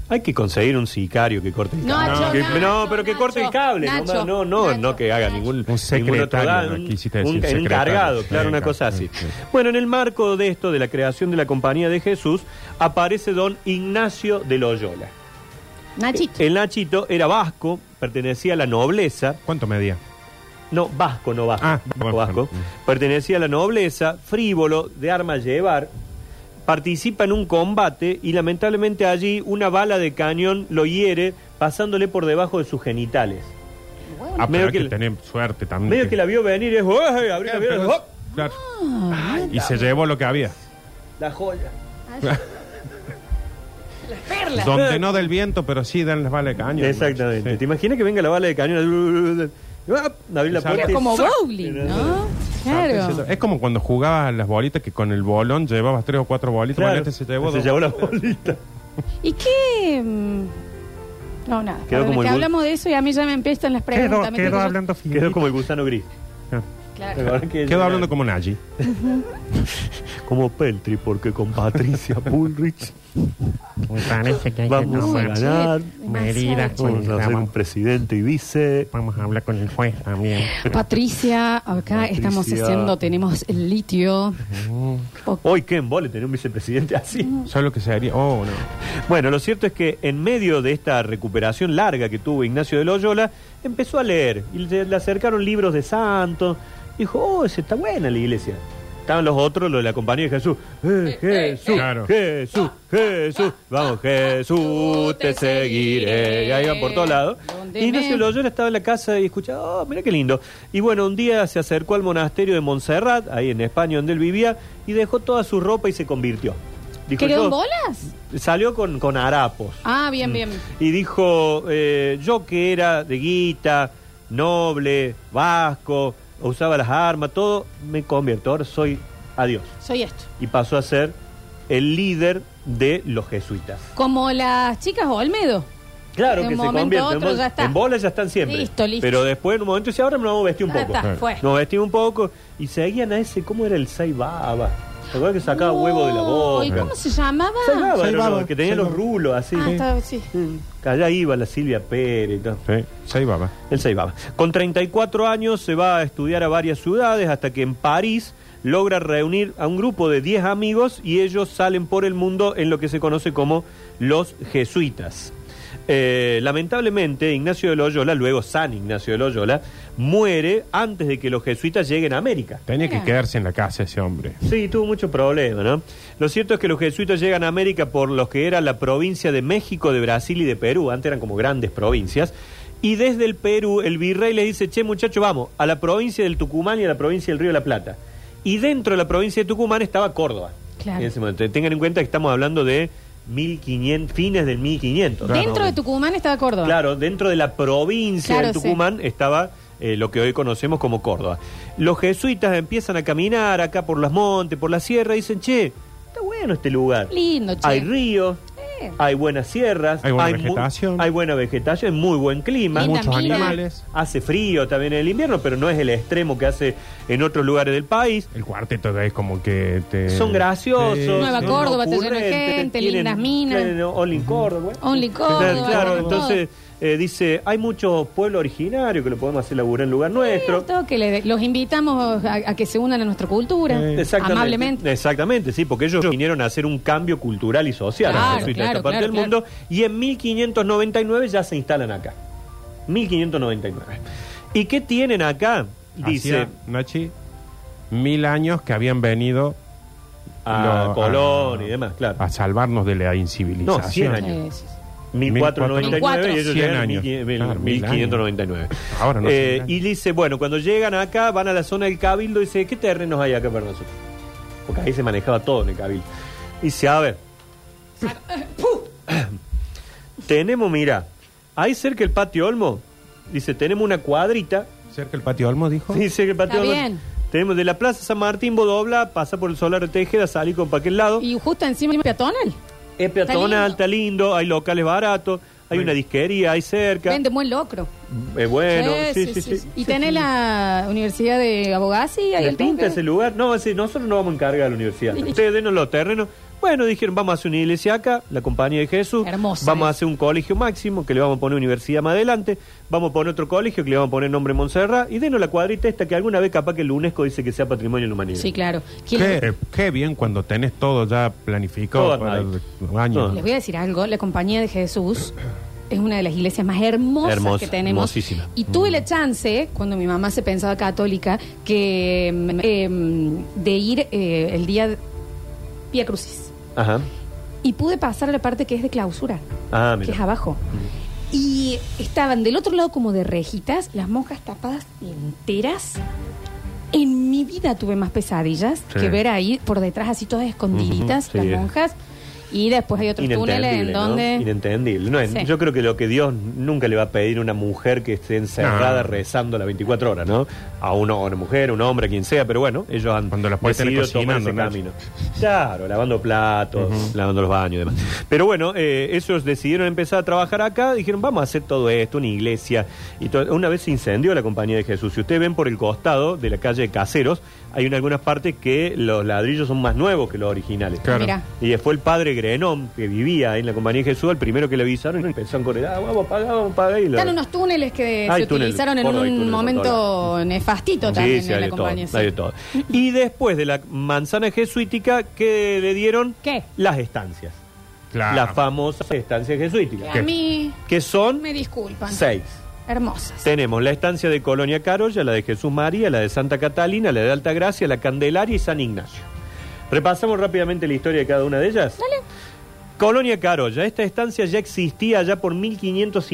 S3: Hay que conseguir un sicario que corte el
S1: No,
S3: cable.
S1: Nacho,
S3: que-
S1: Nacho,
S3: no, pero que
S1: Nacho,
S3: corte el cable.
S1: Nacho,
S3: nomás. no, no,
S1: Nacho,
S3: no que haga
S1: Nacho.
S3: ningún,
S5: Un secretario,
S3: ningún otro da-
S5: ¿no?
S3: un-
S5: Quisiste
S3: un
S5: decir secretario.
S3: encargado,
S5: Sí,
S3: claro, una
S5: claro,
S3: cosa así.
S5: sí, sí.
S3: Bueno, en el marco de esto, de la creación de la Compañía de Jesús, aparece don Ignacio de Loyola.
S1: Nachito.
S3: El Nachito era vasco, pertenecía a la nobleza.
S5: ¿Cuánto medía?
S3: No, vasco, no vasco.
S5: Ah, Mm.
S3: vasco,
S5: bueno,
S3: vasco.
S5: bueno.
S3: Pertenecía a la nobleza, frívolo, de arma llevar. Participa en un combate y lamentablemente allí una bala de cañón lo hiere pasándole por debajo de sus genitales.
S5: Ah,
S3: Medio
S5: pero hay
S3: que
S5: que,
S3: la-
S5: tener suerte también.
S3: Medio que la vio venir y es, "Uey", abrió la viola, ¡hop!
S5: Mm. Claro.
S3: Ah,
S5: y se llevó lo que había.
S3: La joya. Eh,
S1: Las perlas.
S5: Donde no del viento, pero sí dan las balas de caño.
S3: Exactamente.
S5: Sí.
S3: ¿Te imaginas que venga la bala de cañón? ¡up! Abrir la
S5: Exacto.
S3: puerta.
S1: Era
S3: y
S1: como
S3: ¡zac!
S1: bowling, ¿no? Claro.
S5: Sartencito. Es como cuando jugabas a las bolitas que con el bolón llevabas tres o cuatro bolitas.
S3: Claro.
S5: Bueno, este se llevó
S3: Se
S5: dos.
S3: llevó la bolita.
S1: ¿Y qué? mm, No, nada.
S3: Quedó
S1: Ahora
S3: como
S1: que
S3: el bul-
S1: hablamos de eso y a mí ya me empiezan las preguntas. ¿me entiendes? Yo-
S3: Quedó como el gusano gris.
S1: Claro.
S5: Quedó hablando como Nagy.
S3: como Peltri, porque con Patricia Bullrich
S5: Me Pues parece que hay
S3: vamos a
S5: tomar
S3: ganar.
S5: medidas con
S3: Vamos a ser un presidente y vice.
S5: Vamos a hablar con el juez también.
S1: Patricia, acá estamos
S3: Patricia.
S1: haciendo, tenemos el litio.
S3: Hoy qué embole tener un vicepresidente así.
S5: ¿Sabes lo que se haría? Oh, no.
S3: Bueno, lo cierto es que en medio de esta recuperación larga que tuvo Ignacio de Loyola, empezó a leer y le, le acercaron libros de santos. Dijo, oh, esa está buena la iglesia. Estaban los otros, los de la compañía de Jesús. Eh, Jesús,
S5: Claro.
S3: Jesús, Jesús. Vamos, Jesús, te seguiré. Y ahí van por todos lados.
S1: Donde
S3: Y Ignacio
S1: me-
S3: Loyola estaba en la casa y escuchaba, oh, mira qué lindo. Y bueno, un día se acercó al monasterio de Montserrat, ahí en España, donde él vivía, y dejó toda su ropa y se convirtió. Dijo,
S1: ¿Quedó
S3: "Yo-" Mm.
S1: en bolas?
S3: Salió con, con harapos
S1: Ah, bien, bien.
S3: y dijo, eh, yo que era de guita, noble, vasco, usaba las armas, todo, me convierto, ahora soy adiós.
S1: Soy esto.
S3: Y pasó a ser el líder de los jesuitas.
S1: Como las chicas Olmedo.
S3: Claro
S1: De
S3: que
S1: un
S3: se
S1: momento a
S3: convierten.
S1: otro
S3: en,
S1: ya
S3: bola,
S1: está.
S3: en bola ya están siempre.
S1: Listo, listo.
S3: Pero después, en un momento, dice, ahora nos vamos a vestir un
S1: Ya
S3: poco.
S1: está, fue.
S3: Nos vestimos un poco y seguían a ese, ¿cómo era el Saibaba? ¿Te acuerdas que sacaba huevo de la boca?
S1: ¿Y cómo se llamaba?
S3: Saibaba, era
S5: Saibaba.
S3: uno que tenía los
S5: Saibaba.
S3: rulos así.
S1: Ah, estaba así.
S3: Que Allá iba la Silvia Pérez y todo.
S5: Sí, ahí va, va.
S3: El Saibaba. Con 34 años se va a estudiar a varias ciudades hasta que en París logra reunir a un grupo de 10 amigos y ellos salen por el mundo en lo que se conoce como los jesuitas. Eh, lamentablemente, Ignacio de Loyola, luego San Ignacio de Loyola, muere antes de que los jesuitas lleguen a América.
S5: Tenía que quedarse en la casa ese hombre.
S3: Sí, tuvo muchos problemas, ¿no? Lo cierto es que los jesuitas llegan a América por los que era la provincia de México, de Brasil y de Perú. Antes eran como grandes provincias. Y desde el Perú, el virrey le dice, che, muchacho, vamos a la provincia del Tucumán y a la provincia del Río de la Plata. Y dentro de la provincia de Tucumán estaba Córdoba.
S1: Claro.
S3: En ese momento. Tengan en cuenta que estamos hablando de 1500, fines del 1500.
S1: Dentro de Tucumán estaba Córdoba.
S3: Claro, dentro de la provincia
S1: Claro,
S3: de Tucumán estaba eh, lo que hoy conocemos como Córdoba. Los jesuitas empiezan a caminar acá por las montes, por la sierra, y dicen, che, está bueno este lugar.
S1: Lindo, che.
S3: Hay ríos, hay buenas sierras,
S5: Hay buena
S3: mu-
S5: vegetación.
S3: hay buena vegetación, muy buen clima,
S1: Lindas Muchos minas. animales.
S3: Hace frío también en el invierno, pero no es el extremo que hace en otros lugares del país.
S5: El cuarteto es como que te...
S3: Son graciosos.
S5: Sí,
S1: Eh, Nueva
S5: sí.
S1: Córdoba, está lleno de
S3: ocurrentes,
S1: gente,
S3: tienen-
S1: lindas minas.
S3: tienen Only Córdoba.
S1: Only Córdoba.
S3: Claro,
S1: todo.
S3: entonces eh, dice, hay muchos pueblos originarios que lo podemos hacer laburar en lugar nuestro.
S1: Todo que le- los invitamos a, a que se unan a nuestra cultura.
S3: Exactamente.
S1: Amablemente.
S3: Exactamente, sí, porque ellos vinieron a hacer un cambio cultural y social
S1: Claro,
S3: en Jesuita,
S1: claro,
S3: esta parte
S1: claro,
S3: del
S1: claro.
S3: mundo. Y en 1599 ya se instalan acá. 1599. ¿Y qué tienen acá? Dice
S5: Hacía, Nachi, mil años que habían venido
S3: a
S5: lo-
S3: Colón
S5: a-
S3: y demás, claro.
S5: a salvarnos de la incivilización.
S3: No, 100
S1: Eh,
S3: años. 1499 y ellos
S5: 100
S3: llegan en
S5: años.
S3: 1500,
S5: Claro, mil años.
S3: 1599.
S5: Ahora no.
S3: Eh,
S5: 100 años.
S3: y dice, bueno, cuando llegan acá, van a la zona del Cabildo y dice, ¿qué terrenos hay acá para nosotros? Porque ahí se manejaba todo en el Cabildo. Y dice, a ver, tenemos, mira, ahí cerca el patio Olmo, dice, tenemos una cuadrita.
S5: Cerca el patio Olmo, dijo.
S3: Sí, cerca el patio
S1: Oh. Está
S3: Olmo.
S1: bien.
S3: Tenemos de la Plaza San Martín, Bodobla, pasa por el solar de Tejeda, salí con para aquel lado.
S1: Y justo encima es peatonal.
S3: Es peatonal,
S1: lindo.
S3: está lindo. hay locales baratos, hay una disquería ahí cerca.
S1: Vende buen locro.
S3: Es bueno,
S1: Eh,
S3: sí, sí, sí.
S1: sí. Y tenés la Universidad de Abogacía y
S3: Me
S1: el
S3: pinta
S1: toque.
S3: ese lugar. No, ese- nosotros no vamos a encargar a la universidad. Ustedes denos los terrenos. Bueno, dijeron, vamos a hacer una iglesia acá, la Compañía de Jesús.
S1: Hermosa ¿eh?
S3: Vamos a
S1: es.
S3: hacer un colegio máximo, que le vamos a poner universidad más adelante. Vamos a poner otro colegio, que le vamos a poner nombre Montserrat. Y denos la cuadrita esta, que alguna vez capaz que el UNESCO dice que sea patrimonio de la humanidad.
S1: Sí, claro. ¿Quién-
S5: Qué, qué bien cuando tenés todo ya planificado
S3: Todo
S5: para
S3: armado.
S5: los años.
S1: Les voy a decir algo, la Compañía de Jesús es una de las iglesias más hermosas
S3: Hermosa,
S1: que tenemos.
S3: hermosísima.
S1: Y tuve la chance, cuando mi mamá se pensaba católica, que em, em, de ir eh, el día de Vía Crucis.
S3: Ajá.
S1: Y pude pasar a la parte que es de clausura,
S3: Ah,
S1: que es
S3: mira.
S1: abajo. Y estaban del otro lado como de rejitas, las monjas tapadas enteras. En mi vida tuve más pesadillas
S3: Sí.
S1: que ver ahí por detrás, así todas escondiditas,
S3: Ujú, sí,
S1: las
S3: es.
S1: monjas. Y después hay otros túneles en
S3: ¿no?
S1: donde.
S3: Inentendible. No es-
S1: Sí.
S3: Yo creo que lo que Dios nunca le va a pedir a una mujer que esté encerrada
S5: No.
S3: rezando las 24 horas, ¿no? A uno, a una mujer, un hombre, a quien sea, pero bueno, ellos han Cuando
S5: puede tener
S3: tomar ese
S5: cocinando,
S3: camino. Claro, lavando platos, lavando los baños y demás. Pero bueno, eh, ellos decidieron empezar a trabajar acá, dijeron, vamos a hacer todo esto, una iglesia. Y to- una vez se incendió la Compañía de Jesús. Si ustedes ven por el costado de la calle de Caseros, hay en algunas partes que los ladrillos son más nuevos que los originales.
S1: Claro. Mirá.
S3: Y fue el padre Grenom, que vivía ahí en la Compañía de Jesús, el primero que le avisaron y empezaron con el, ah, vamos, paga, vamos, paga. Y lo-
S1: Están unos túneles que
S3: Hay
S1: se
S3: túneles,
S1: utilizaron en
S3: por ahí,
S1: un
S3: túneles por
S1: momento nefastito
S3: Sí,
S1: también
S3: sí,
S1: en
S3: hay
S1: la
S3: de todo,
S1: compañía. sí.
S3: hay de todo. Y después de la manzana jesuítica, ¿qué le dieron?
S1: ¿Qué?
S3: Las estancias.
S5: Claro.
S3: Las famosas estancias jesuíticas.
S1: A mí
S3: Que son
S1: me disculpan.
S3: seis.
S1: Hermosas.
S3: Tenemos la estancia de Colonia Carolla, la de Jesús María, la de Santa Catalina, la de Altagracia, la Candelaria y San Ignacio. Repasamos rápidamente la historia de cada una de ellas. Dale. Colonia Carolla, esta estancia ya existía ya por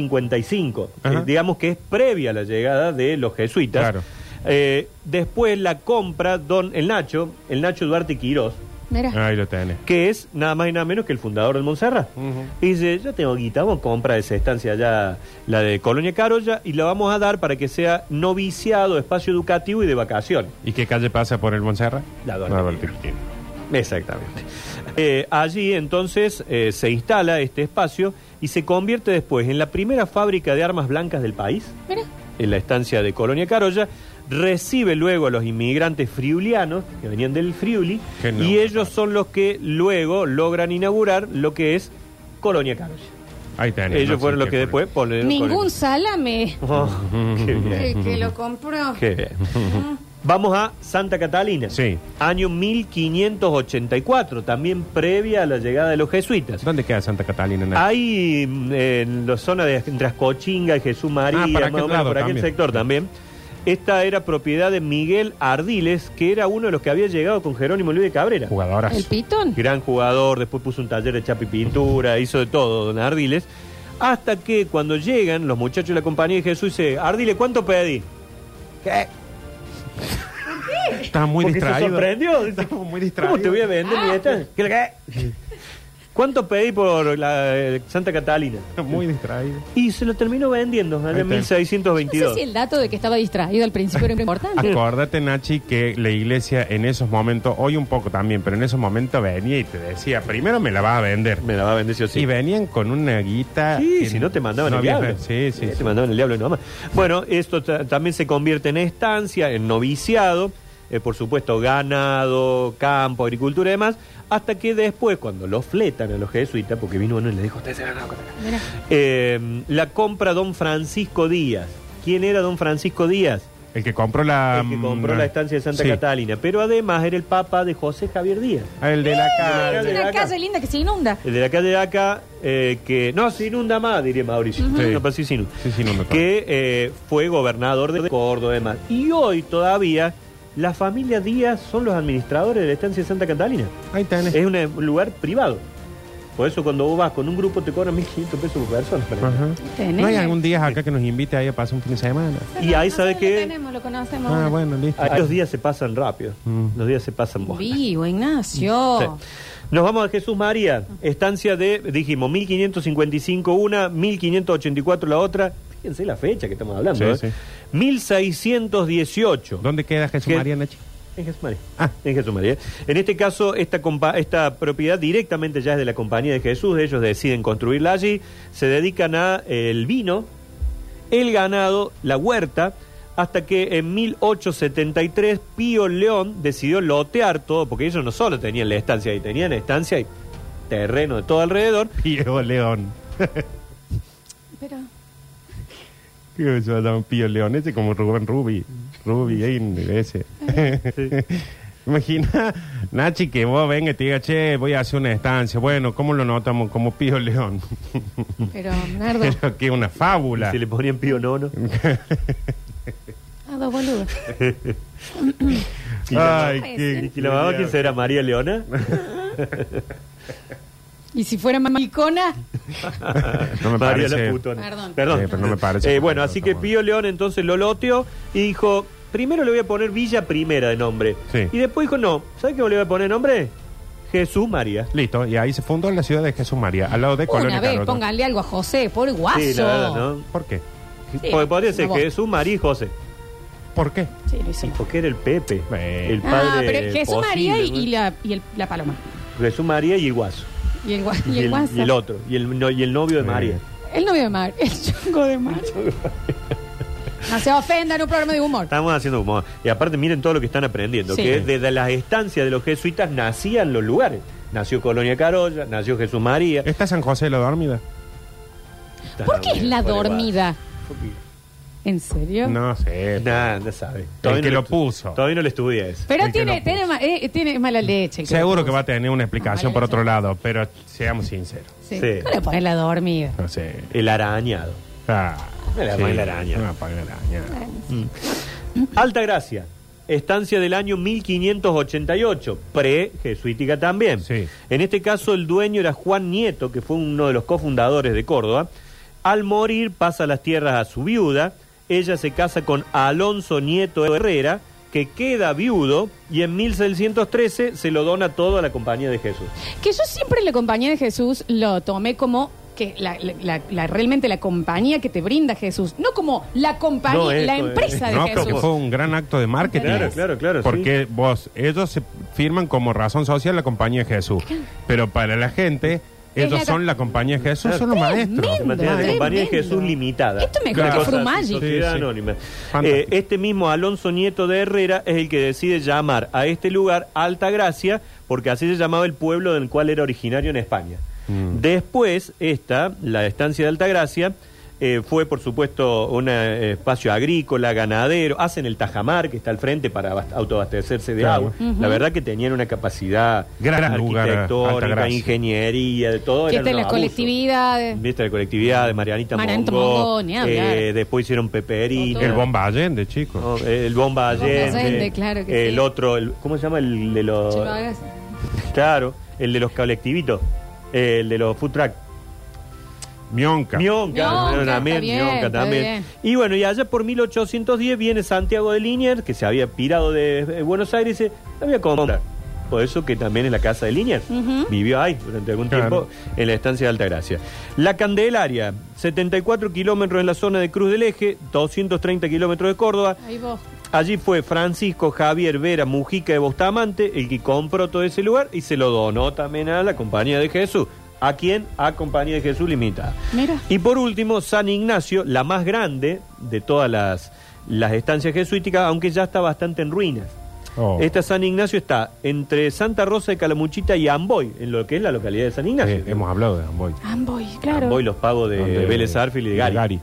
S3: 1555, Eh, digamos que es previa a la llegada de los jesuitas. Eh, después la compra don el Nacho, el Nacho Duarte Quirós,
S1: Mira.
S3: Ah,
S5: Ahí lo tenés.
S3: que es nada más y nada menos que el fundador del Montserrat. Y dice, yo tengo guita, vamos a comprar esa estancia allá, la de Colonia Carolla, y la vamos a dar para que sea noviciado, espacio educativo y de vacaciones.
S5: ¿Y qué calle pasa por el Bonserra?
S3: La
S5: La
S3: Duarte.
S5: Duarte.
S3: Exactamente. Eh, allí entonces eh, se instala este espacio y se convierte después en la primera fábrica de armas blancas del país,
S1: Mira.
S3: en la estancia de Colonia Carolla. Recibe luego a los inmigrantes friulianos que venían del Friuli
S5: Que no.
S3: y ellos son los que luego logran inaugurar lo que es Colonia Carolla.
S5: Ahí tenés.
S3: ellos
S5: no sé
S3: fueron los
S5: qué
S3: que
S5: fue.
S3: después ponen-
S1: Ningún salame.
S3: Oh, qué
S1: El
S3: bien.
S1: que lo compró.
S3: Qué bien. Vamos a Santa Catalina. Sí. Año 1584, también previa a la llegada de los jesuitas.
S5: ¿Dónde queda Santa Catalina? Nacho?
S3: Ahí mm, en la zona de entre Ascochinga y Jesús María,
S5: Ah, para
S3: más
S5: aquel
S3: o menos,
S5: lado
S3: por aquel
S5: también.
S3: sector también. Esta era propiedad de Miguel Ardiles, que era uno de los que había llegado con Jerónimo Luis de Cabrera.
S5: Jugadoras.
S1: El pitón.
S3: Gran jugador, después puso un taller de chapa y pintura, hizo de todo, don Ardiles. Hasta que cuando llegan los muchachos de la compañía de Jesús, dice, Ardiles, ¿cuánto pedí? ¿Qué?
S5: Estaba muy
S3: Porque se
S5: distraído.
S3: sorprendió. Dice, Ah, ¿Cómo te voy a vender mi estancia? ¿Qué? qué? ¿Cuánto pedí por la eh, Santa Catalina?
S5: Muy distraído.
S3: Y se lo terminó vendiendo allá
S5: Ahí
S3: en
S5: está.
S1: No sé
S3: 1622.
S1: si el dato de que estaba distraído al principio era importante.
S5: Acordate, Nachi, que la iglesia en esos momentos, hoy un poco también, pero en esos momentos venía y te decía, primero me la vas a vender.
S3: Me la va a vender, sí o sí.
S5: Y venían con una guita.
S3: Sí,
S5: que
S3: si no te mandaban
S5: no
S3: el
S5: había-
S3: diablo.
S5: Sí, sí.
S3: Eh,
S5: sí.
S3: Te mandaban el diablo y no más. Bueno, esto ta- también se convierte en estancia, en noviciado, eh, por supuesto, ganado, campo, agricultura y demás, hasta que después, cuando los fletan a los jesuitas, porque vino uno y le dijo, "Ustedes se van a la costa".
S1: Mira.
S3: Eh, la compra don Francisco Díaz. ¿Quién era don Francisco Díaz?
S5: El que compró la.
S3: El que compró la estancia de Santa
S5: Sí.
S3: Catalina, pero además era el papa de José Javier Díaz.
S5: El de la
S1: Es
S5: calle.
S1: una calle linda que se inunda.
S3: El de la calle de acá, eh, que no se inunda más, diría Mauricio.
S1: Ujú. Sí.
S3: No, pero sí se inunda.
S5: Sí, sí, no me acuerdo.
S3: Que eh, fue gobernador de Córdoba y demás. Y hoy todavía la familia Díaz son los administradores de la estancia de Santa Catalina.
S5: Ahí tenés.
S3: Es un eh, lugar privado. Por eso cuando vos vas con un grupo te cobran 1.500 pesos por persona. por ejemplo.
S5: Ajá.
S1: Tenés.
S5: ¿No hay algún día acá que nos invite ahí a pasar un fin de semana?
S3: Y ahí sabe
S1: Lo
S3: que
S1: tenemos, lo conocemos.
S5: Ah, bueno, listo.
S3: ahí los días se pasan rápido.
S5: Mm.
S3: Los días se pasan vos.
S1: Vivo, Ignacio.
S3: Sí. Nos vamos a Jesús María, estancia de, dijimos, 1555 una, 1584 la otra. Fíjense la fecha que estamos hablando.
S5: Sí,
S3: ¿eh? 1618.
S5: ¿Dónde queda Jesús
S3: Que-
S5: María, Nachi?
S3: En Jesús María. En Jesús María. En este caso, esta, compa- esta propiedad directamente ya es de la Compañía de Jesús. Ellos deciden construirla allí. Se dedican a eh, el vino, el ganado, la huerta, hasta que en 1873 Pío León decidió lotear todo, porque ellos no solo tenían la estancia ahí, tenían estancia y terreno de todo alrededor.
S5: Pío León.
S1: Pero,
S5: Yo se llama Pío León, ese como Rubén Rubi. Rubi, ahí, ese. Imagina, Nachi, que vos venga y te diga, che, voy a hacer una estancia. Bueno, ¿cómo lo notamos? Como Pío León.
S3: Mm.
S1: pero, Nardo,
S5: Pero que una fábula.
S3: Si le ponían Pío Nono.
S1: a dos boludos.
S3: Y la-
S5: Ay, qué-
S3: ¿Y la mamá quién será? ¿María Leona?
S1: Y si fuera maricona,
S5: No me
S3: María
S5: parece-
S3: la putona.
S1: Perdón.
S5: Sí, pero no me parece.
S3: Eh, bueno, así que Pío León entonces lo loteó y dijo, primero le voy a poner Villa Primera de nombre.
S5: Sí.
S3: Y después dijo, no, ¿sabes qué le voy a poner nombre? Jesús María.
S5: Listo, y ahí se fundó la ciudad de Jesús María, al lado de
S15: Una
S5: Colonia
S15: vez,
S5: Carollo.
S15: pónganle algo a José, pobre guaso.
S3: Sí, la verdad, ¿no?
S5: ¿Por qué?
S15: Sí,
S3: Porque podría ser
S15: una voz.
S3: Jesús María y José.
S5: ¿Por qué?
S15: Sí, lo hizo.
S3: Y porque era el Pepe, el padre.
S15: ah, pero Jesús
S3: posible,
S15: María y,
S3: ¿no?
S15: y la, y el- la paloma.
S3: Jesús María y el guaso.
S15: Y el, gua- y el guaso.
S3: y el otro. Y el, no- y el novio de María.
S15: El novio de Mar, el chongo de Mar. no se ofendan, un programa de humor.
S3: Estamos haciendo humor. Y aparte, miren todo lo que están aprendiendo.
S15: Sí.
S3: Que desde las estancias de los jesuitas nacían los lugares. Nació Colonia Carolla, nació Jesús María.
S5: ¿Está San José de la Dormida?
S15: ¿Por qué es la
S3: Por el bar.
S15: dormida? ¿En serio?
S5: No sé.
S3: Nah, no sabe.
S5: El
S3: Todavía
S5: que
S3: no
S5: lo puso.
S3: Todavía no le estudia eso.
S15: Pero
S5: El que
S15: tiene,
S5: lo
S15: tiene, ma- eh, tiene mala leche. el
S5: Seguro
S15: lo
S5: que va a tener una explicación por otro lado, pero seamos sinceros.
S15: puso. Sí. ¿Cómo le pones la dormida?
S5: No sé.
S3: El arañado.
S5: Ah,
S3: El
S5: sí.
S3: arañado.
S5: Ah, para la araña.
S15: Eh,
S3: Alta Gracia, estancia del año 1588, pre-jesuítica también. En este caso, el dueño era Juan Nieto, que fue uno de los cofundadores de Córdoba. Al morir, pasa las tierras a su viuda. Ella se casa con Alonso Nieto Herrera, que queda viudo y en 1613 se lo dona todo a la compañía de Jesús.
S15: Que yo siempre la compañía de Jesús lo tomé como que la, la- la- la- realmente la compañía que te brinda Jesús, no como la compañía,
S5: No,
S15: la
S5: esto es-
S15: empresa de
S5: No,
S15: Jesús.
S5: pero que fue un gran acto de marketing.
S3: Claro, claro, claro,
S5: Porque vos, ellos se firman como razón social la compañía de Jesús. Pero para la gente,
S15: Es
S5: ellos
S15: la-
S5: son la compañía de Jesús, son los maestros.
S3: Se mantiene la compañía de
S15: tremendo.
S3: Jesús limitada.
S15: Esto mejor
S3: Una
S15: que
S3: cosa así,
S15: Frumagic.
S3: Sociedad
S5: Sí, sí.
S3: Anónima.
S5: Fantástico.
S3: Eh, este mismo Alonso Nieto de Herrera es el que decide llamar a este lugar Alta Gracia, porque así se llamaba el pueblo del cual era originario en España.
S5: Mm.
S3: Después, esta, la estancia de Altagracia, eh, fue por supuesto un eh, espacio agrícola, ganadero, hacen el tajamar que está al frente para abast- autoabastecerse de
S5: Claro.
S3: agua.
S15: Ujú.
S3: La verdad que tenían una capacidad
S5: Gran lugar, eh,
S3: arquitectónica,
S5: Altagracia.
S3: ingeniería, de todo.
S15: Que
S3: eran
S15: de
S3: unos
S15: las
S3: abusos.
S15: colectividades.
S3: Viste la colectividad de Marianita,
S15: Marianita ah,
S3: Mongó,
S15: Mongó, ni hablar.
S3: eh, después hicieron Peperino.
S5: El bomba Allende, chicos.
S3: No, eh, el Bomba
S15: Bomba
S3: Allende.
S15: Allende, claro que
S3: el
S15: sí.
S3: otro, el- ¿cómo se llama? El de los.
S15: Chico, hagas-
S3: Claro, el de los colectivitos. eh, El de los food truck. Oh.
S5: Mionca.
S3: Mionca,
S15: Mionca,
S3: bueno,
S15: está
S3: también,
S15: bien,
S3: Mionca
S15: está
S3: también.
S15: bien.
S3: Y bueno, y allá por 1810 viene Santiago de Liniers, que se había pirado de eh, Buenos Aires, y dice, la voy a comprar. Por eso que también en la casa de Liniers.
S15: Ujú.
S3: Vivió ahí durante algún
S5: Claro.
S3: tiempo en la estancia de Altagracia. La Candelaria, 74 kilómetros en la zona de Cruz del Eje, 230 kilómetros de Córdoba.
S15: Ahí vos.
S3: Allí fue Francisco Javier Vera Mujica de Bustamante el que compró todo ese lugar y se lo donó también a la Compañía de Jesús. ¿A quién? A Compañía de Jesús Limitada.
S15: Mira.
S3: Y por último, San Ignacio, la más grande de todas las, las estancias jesuíticas, aunque ya está bastante en ruinas.
S5: Oh.
S3: Esta San Ignacio está entre Santa Rosa de Calamuchita y Amboy, en lo que es la localidad de San Ignacio.
S5: Eh, hemos hablado de Amboy.
S15: Amboy, claro.
S3: Amboy, los pagos de
S5: Donde-
S3: Vélez Arfil y de
S5: de
S3: Gary.
S5: Gary.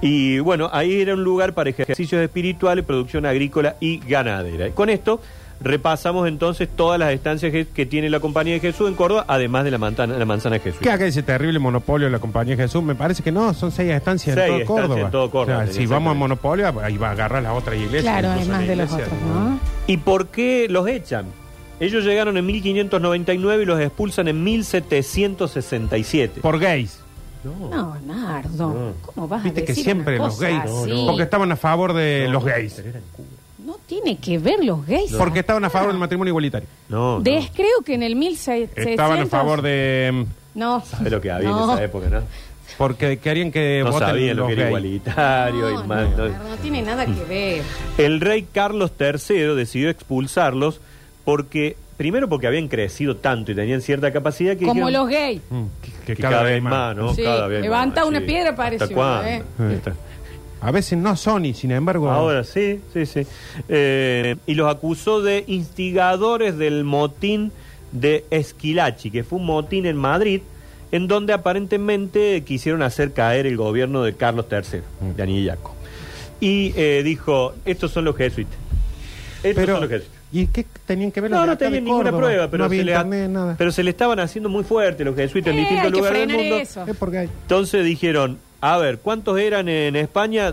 S3: Y bueno, ahí era un lugar para ejercicios espirituales, producción agrícola y ganadera. Y Con esto repasamos entonces todas las estancias que, que tiene la Compañía de Jesús en Córdoba, además de la manzana, la manzana Jesús.
S5: ¿Qué acá ese terrible monopolio de la compañía de Jesús? Me parece que no, son seis estancias
S3: Seis
S5: en todo
S3: estancias
S5: Córdoba.
S3: en todo Córdoba,
S5: O sea, si
S3: exactamente.
S5: vamos a monopolio, ahí va a agarrar las otras iglesias.
S15: Claro,
S5: incluso
S15: es más
S5: la
S15: de los
S5: iglesia.
S15: otros, ¿no?
S3: ¿Y por qué los echan? Ellos llegaron en 1599 y los expulsan en 1767.
S5: Por gays.
S15: No, Nardo.
S3: No.
S15: ¿Cómo vas a
S5: Viste que
S15: decir
S5: siempre
S15: una
S5: los
S15: cosa
S5: gays.
S15: así?
S5: Porque estaban a favor de los gays.
S15: No tiene que ver los gays.
S5: Porque estaban a favor del matrimonio igualitario.
S3: No, no.
S15: Descreo que en el 1600...
S5: Estaban a favor de. mm,
S15: No.
S3: Sabe lo que había en
S15: No.
S3: esa época, ¿no?
S5: Porque querían que
S3: No
S5: Eh, voten
S3: sabía lo
S5: los
S3: que era
S5: gays.
S3: igualitario y
S15: No,
S3: más,
S15: no,
S3: no.
S15: Nardo, no tiene nada que ver.
S3: El rey Carlos III decidió expulsarlos porque, primero porque habían crecido tanto y tenían cierta capacidad que...
S15: Como
S3: dijeron,
S15: los gays.
S5: Mm,
S3: que, cada, vez más, ¿no?
S15: Sí,
S3: Cada vez
S15: levanta
S3: más,
S15: una
S3: sí.
S15: piedra,
S3: ¿Hasta
S15: parece,
S3: cuándo?
S15: ¿eh?
S3: Ahí está.
S5: A veces no son y sin embargo.
S3: Ahora sí, sí, sí. Eh, y los acusó de instigadores del motín de Esquilachi, que fue un motín en Madrid, en donde aparentemente quisieron hacer caer el gobierno de Carlos III, de Anillaco. Y eh, dijo, estos son los jesuitas. Estos
S5: Pero-
S3: son los jesuitas.
S5: ¿Y qué tenían que ver los
S3: No,
S5: de
S3: no
S5: acá de
S3: tenían ninguna
S5: Córdoba?
S3: prueba, pero,
S5: no había
S3: se le,
S5: internet, nada.
S3: pero se le estaban haciendo muy fuertes los jesuitas en
S15: Eh, hay
S3: distintos
S15: que
S3: lugares del
S15: frenar
S3: mundo.
S15: eso.
S5: Es por gay.
S3: Entonces dijeron, a ver, ¿cuántos eran en España?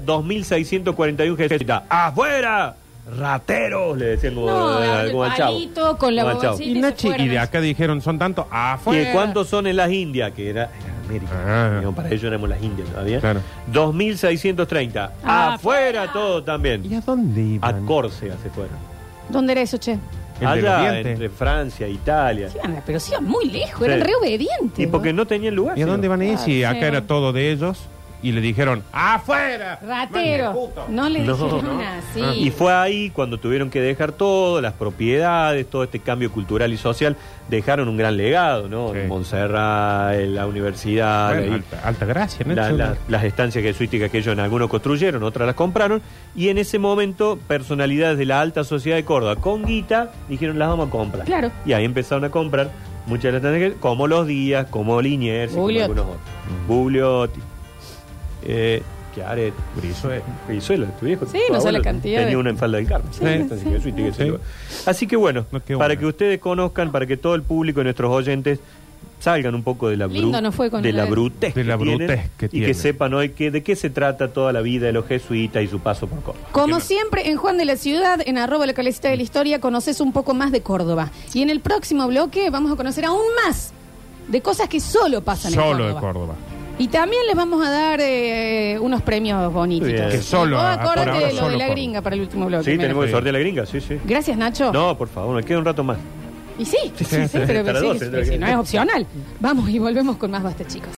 S3: 2.641 jesuitas. ¡Afuera! ¡Rateros! Le decían como,
S15: No,
S3: eh,
S15: al
S3: como al chavo.
S15: palito, con la
S3: Como al chavo.
S15: bobacita.
S5: Y Nachi,
S15: fueron
S5: y de
S15: así.
S5: acá dijeron, son tantos
S3: ¿Y
S5: afuera.
S3: de cuántos son en las Indias? Que era, era América.
S5: Ah.
S3: Digamos, para ellos éramos las Indias todavía.
S5: Claro.
S3: 2.630.
S15: Ah,
S3: ¡Afuera todo
S5: ¿Y
S3: también!
S5: a dónde
S3: A
S5: iban?
S3: Córcega se fueron.
S15: ¿Dónde era eso, che?
S5: El de los
S3: Allá
S5: dientes.
S3: entre Francia, Italia.
S1: Ana, Pero sí, muy lejos,
S3: Sí.
S1: eran re obedientes.
S3: Y porque no tenían lugar.
S5: ¿Y a
S3: sino-
S5: dónde van a ir si
S1: Ah, sí.
S5: acá era todo de ellos? Y le dijeron, ¡afuera!
S1: Ratero. No le
S3: No,
S1: dijeron
S3: no.
S1: así.
S3: Y fue ahí cuando tuvieron que dejar todo, las propiedades, todo este cambio cultural y social, dejaron un gran legado, ¿no? Montserrat, eh, la universidad,
S5: Bueno,
S3: ahí,
S5: alta, alta gracia, ¿no?
S3: la-
S5: Eso-
S3: la- las estancias jesuíticas que ellos en algunos construyeron, otras las compraron, y en ese momento personalidades de la alta sociedad de Córdoba con guita dijeron las vamos a comprar.
S1: Claro.
S3: Y ahí empezaron a comprar muchas de las estancias, que- como Los Días, como Liniers, y como
S1: Bugliotti.
S3: algunos otros. Bugliotti. Eh, Chiaret, Brizuela. Brizuela, tu viejo.
S1: Sí,
S3: tu
S1: no sé
S3: abuelo,
S1: la cantidad
S3: Tenía
S1: de-
S3: una en falda del Carmen.
S1: Sí,
S3: Entonces,
S1: sí.
S3: que eso y tiene que ser igual. Así que bueno, para que ustedes conozcan, para que todo el público y nuestros oyentes salgan un poco de la,
S1: Lindo
S3: bru-
S1: no fue con
S3: de
S1: el-
S3: la brutez
S5: De la
S3: que tienen
S5: brutez que
S3: y que
S5: tienen.
S3: sepan hoy que, de qué se trata toda la vida de los jesuitas y su paso por Córdoba.
S1: Como siempre, en Juan de la Ciudad, en arroba la calecita
S3: Mm.
S1: de la historia, conoces un poco más de Córdoba. Y en el próximo bloque vamos a conocer aún más de cosas que solo pasan en
S5: Solo
S1: Córdoba.
S5: de Córdoba.
S1: Y también les vamos a dar eh, unos premios bonitos.
S3: Bien.
S5: Que solo,
S1: Vos
S5: a-
S1: acordate
S5: por ahora
S1: de lo de
S5: solo
S1: la
S5: Córdoba.
S1: gringa para el último bloque.
S3: Sí,
S1: mira.
S3: tenemos que sortear la gringa, sí, sí.
S1: Gracias, Nacho.
S3: No, por favor, me queda un rato más.
S1: Y sí, sí, sí,
S3: sí,
S1: pero
S3: para
S1: sí,
S3: dos,
S1: sí,
S3: tendrá
S1: sí,
S3: que-
S1: no es opcional. Vamos y volvemos con más basta, chicos.